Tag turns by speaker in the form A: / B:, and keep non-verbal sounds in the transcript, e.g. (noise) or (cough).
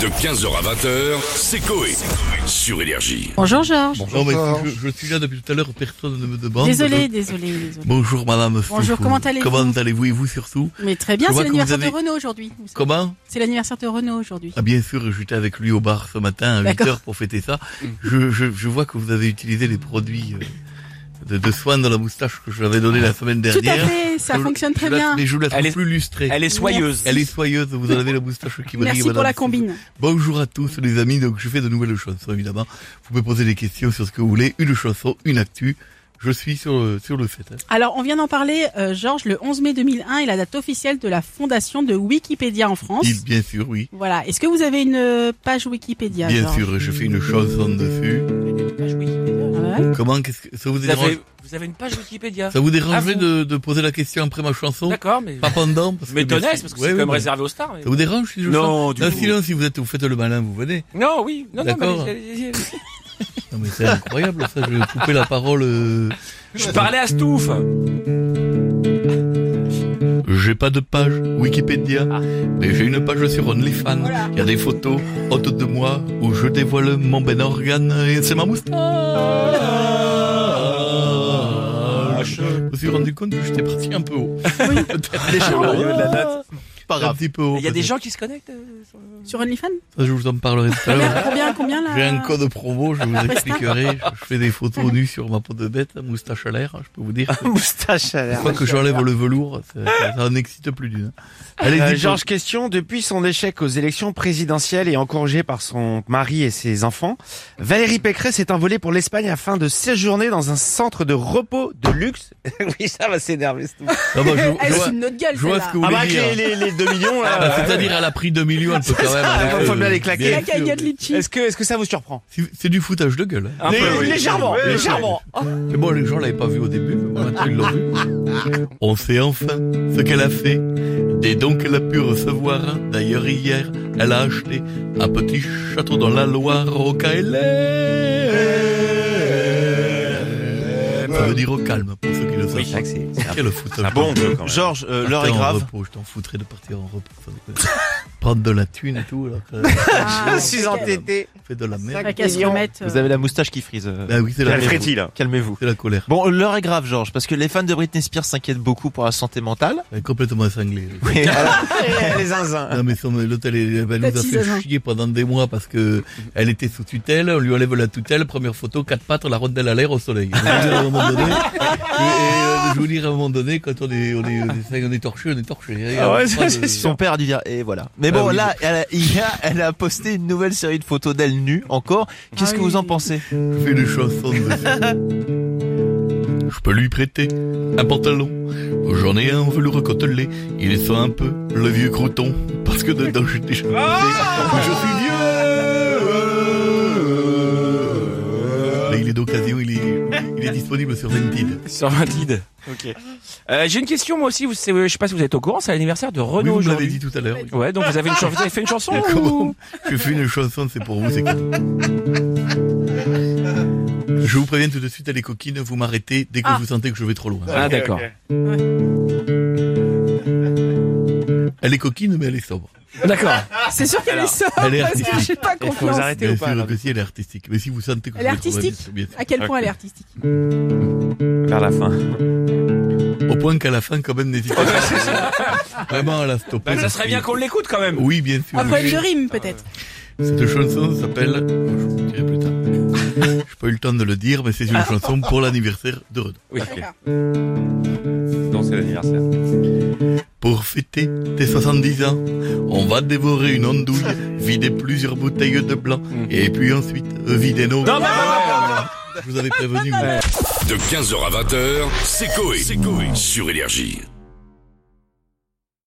A: De 15h à 20h, c'est Coé. Sur Énergie.
B: Bonjour Georges.
C: Bonjour,
D: Non, mais
C: Georges.
D: je, je suis là depuis tout à l'heure, personne ne me demande.
B: Désolé, désolé, désolé.
D: Bonjour madame. Foufou.
B: Bonjour, comment allez-vous
D: Comment allez-vous et vous surtout
B: Mais très bien,
D: Je
B: c'est
D: vois que vous
B: l'anniversaire de
D: avez-
B: Renault aujourd'hui. Vous savez.
D: Comment
B: C'est l'anniversaire de Renault aujourd'hui.
D: ah, Bien sûr, j'étais avec lui au bar ce matin à 8
B: D'accord.
D: heures pour fêter ça. Je, je, je vois que vous avez utilisé les produits euh, de, de soins de la moustache que je l'avais donné la semaine
B: Tout à
D: dernière.
B: fait, ça
D: Je-
B: fonctionne
D: je
B: très
D: la-
B: bien.
D: Mais je la trouve
E: Elle est-
D: plus lustrée.
E: Elle est soyeuse.
D: Elle est soyeuse, vous avez la moustache qui brille.
B: Merci pour
D: madame.
B: la combine.
D: Bonjour à tous les amis, donc je fais de nouvelles chansons évidemment. Vous pouvez poser des questions sur ce que vous voulez, une chanson, une actu. Je suis sur, euh, sur le fait. hein.
B: Alors, on vient d'en parler, euh, Georges, le 11 mai 2001 est la date officielle de la fondation de Wikipédia en France.
D: Il- bien sûr, oui.
B: Voilà. Est-ce que vous avez une euh, page Wikipédia
D: Bien
B: Georges
D: sûr, je fais une chanson dessus.
B: Ah ouais
D: Comment qu'est-ce que ça vous
E: Vous
D: dérange
E: avez, vous avez une page Wikipédia.
D: Ça vous dérangerait
E: Ah, vous-
D: de, de poser la question après ma chanson
E: D'accord, mais.
D: Pas pendant parce
E: Mais
D: que, bien
E: tonnerre,
D: sûr-
E: parce que
D: Ouais,
E: c'est quand
D: ouais,
E: même
D: mais-
E: réservé aux stars. mais-
D: Ça vous dérange si je chante
E: Non, du
D: Non,
E: tout.
D: sinon, si vous êtes, vous faites le malin, vous venez.
E: Non, oui. Non, non, mais
D: D'accord.
E: allez-y, allez-y.
D: Non, mais c'est incroyable, ça. Je vais couper la parole. euh,
E: Je parlais à Stouff.
D: J'ai pas de page Wikipédia,
E: Ah.
D: mais j'ai une page sur OnlyFans.
B: Voilà.
D: Il y a des photos hautes de moi où je dévoile mon ben organe et c'est ma moustache. Ah, Je me suis rendu compte que j'étais parti un peu haut.
E: Au
D: (laughs)
E: niveau
F: Ah.
E: de la date.
D: Pas grave. Un petit peu haut.
E: Il y a des
D: peut-être.
E: gens qui se connectent. euh, sur le-
B: Sur OnlyFans
D: Ça, je vous en parlerai tout à l'heure.
B: Combien, combien, combien là
D: J'ai un code promo, je vous expliquerai. Je fais des photos nues sur ma peau de bête, moustache à l'air, je peux vous dire.
F: (laughs) Moustache à l'air.
D: Une fois que j'enlève le velours, ça, ça n'excite plus d'une. hein. Allez,
F: Euh,
D: dites-
F: Georges, question. Depuis son échec aux élections présidentielles et encouragée par son mari et ses enfants, Valérie Pécresse s'est envolée pour l'Espagne afin de séjourner dans un centre de repos de luxe. (laughs) oui, ça va s'énerver. c'est tout.
D: Ah bah, je- je
B: Elle,
D: vois-
B: c'est une autre gueule,
D: je vois
B: celle-là.
D: ce que vous
F: Ah bah,
D: voulez
F: avec les,
D: dire.
F: les, les 2 millions, là.
D: Ah,
F: ouais.
D: C'est-à-dire, elle a pris 2 millions, elle peut quand même. aller,
F: Ah, bah, faut
D: euh,
F: bien les claquer.
D: bien
B: La cagnotte
D: sûr.
B: litchi.
F: Est-ce que, est-ce que ça vous surprend?
D: C'est c'est du foutage de gueule. hein.
E: Un
F: Lé-
E: peu, oui.
F: Légèrement,
D: Oui, oui.
F: légèrement.
D: Mais bon, les gens l'avaient pas vu au début, mais maintenant ils l'ont vu. On sait enfin ce qu'elle a fait. Dès donc qu'elle a pu recevoir. hein. D'ailleurs, hier, elle a acheté un petit château dans la Loire au KLM. Ça veut dire au calme, pour ceux qui le savent.
E: Oui.
D: pas. Quel foutage de
G: Bon,
D: gueule.
G: Georges, euh, l'heure est
D: Partir
G: grave.
D: en repos, je t'en foutrais de partir en repos. sans déconner. (laughs) Prendre de la thune et tout, alors que (laughs)
B: Ah,
F: Je suis entêté.
D: fait de la merde.
B: Pas qu'à se remettre, euh,
G: Vous avez la moustache qui frise. euh,
D: Bah oui, c'est la,
F: Elle
D: merde.
F: frétille, là.
G: Calmez-vous.
D: C'est la colère.
G: Bon, l'heure est grave, Georges, parce que les fans de Britney Spears s'inquiètent beaucoup pour la santé mentale.
D: Elle est complètement cinglée.
F: Eh, Les zinzins.
D: (laughs) Non mais son, l'hôtel, elle, elle nous a
B: Baptisement.
D: fait chier pendant des mois parce que elle était sous tutelle, on lui enlève la tutelle, première photo, quatre pattes, la rondelle à l'air au soleil. Donc, je veux dire, à un moment donné, et, euh, je veux dire, à un moment donné, quand on est, on est, on est, on est torché, on est torché. Il
F: Ah
D: y a pas de-
G: Son père a dû dire, et voilà. Mais
D: Bah
G: bon,
D: oui.
G: là, elle a, il y a- elle a posté une nouvelle série de photos d'elle nue, encore. Qu'est-ce
B: Ah
G: que vous en
B: oui.
G: pensez
D: Je fais une chanson dessus. Je peux lui prêter un pantalon. hein, J'en ai un en velours côtelé. Il sent un peu le vieux crouton. Parce que dedans, j'ai déjà posé. Je suis vieux. Là, il est d'occasion, il est, il est disponible sur Vented.
E: Sur 20 leads.
F: Ok.
E: Euh, J'ai une question, moi aussi. Vous, c'est- je sais pas si vous êtes au courant, c'est l'anniversaire de
D: Oui,
E: Renault
D: vous me l'avez
E: aujourd'hui.
D: dit tout à l'heure. oui.
E: Ouais, donc vous avez, une chan- vous avez fait une
D: (laughs)
E: chanson ou-
D: Comment Je fais une chanson, c'est pour vous, c'est cadeau. Je vous préviens tout de suite, les coquines, vous m'arrêtez dès que
B: Ah.
D: vous sentez que je vais trop loin.
E: Ah, d'accord.
D: Elle est coquine, mais elle est sobre.
E: D'accord.
B: C'est sûr qu'elle est
E: Alors,
B: sobre,
D: elle est
B: parce que
D: artistique.
B: j'ai pas
F: Il faut vous
B: confiance.
F: arrêter
D: Bien
F: ou pas?
D: sûr
F: là
D: que si, elle est artistique. Mais si vous sentez que
B: Elle est
D: je vais trop loin,
B: artistique
D: bien sûr, bien
B: À quel point elle est artistique
F: Vers la fin.
D: sûr. Au point qu'à la fin, quand
E: (laughs)
D: même, n'hésitez pas. Vraiment à la stopper.
E: Bah, ça serait bien qu'on l'écoute quand même.
D: Oui, bien sûr.
B: Un problème de rime, peut-être.
D: Cette chanson s'appelle. Je vous le dirai
E: (laughs)
D: plus tard. J'ai pas eu le temps de le dire, mais c'est une chanson pour l'anniversaire de Renaud.
E: Oui. Ah,
B: D'accord.
F: Non, c'est l'anniversaire.
D: Pour fêter tes 70 ans, on va dévorer une andouille, vider plusieurs bouteilles de blanc, et puis ensuite euh, vider nos.
E: Hmm. Non, mais
D: Je vous avais prévenu.
A: De 15h à 20h, c'est Coé. Sur Énergie.